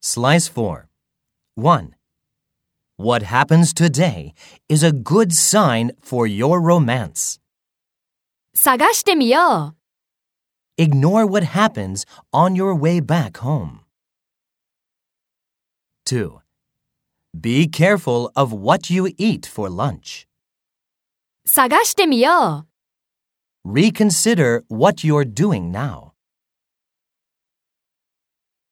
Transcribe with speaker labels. Speaker 1: Slice 4. 1. What happens today is a good sign for your romance.
Speaker 2: 探してみよう。
Speaker 1: Ignore what happens on your way back home. 2. Be careful of what you eat for lunch.
Speaker 2: 探してみよう。
Speaker 1: Reconsider what you're doing now.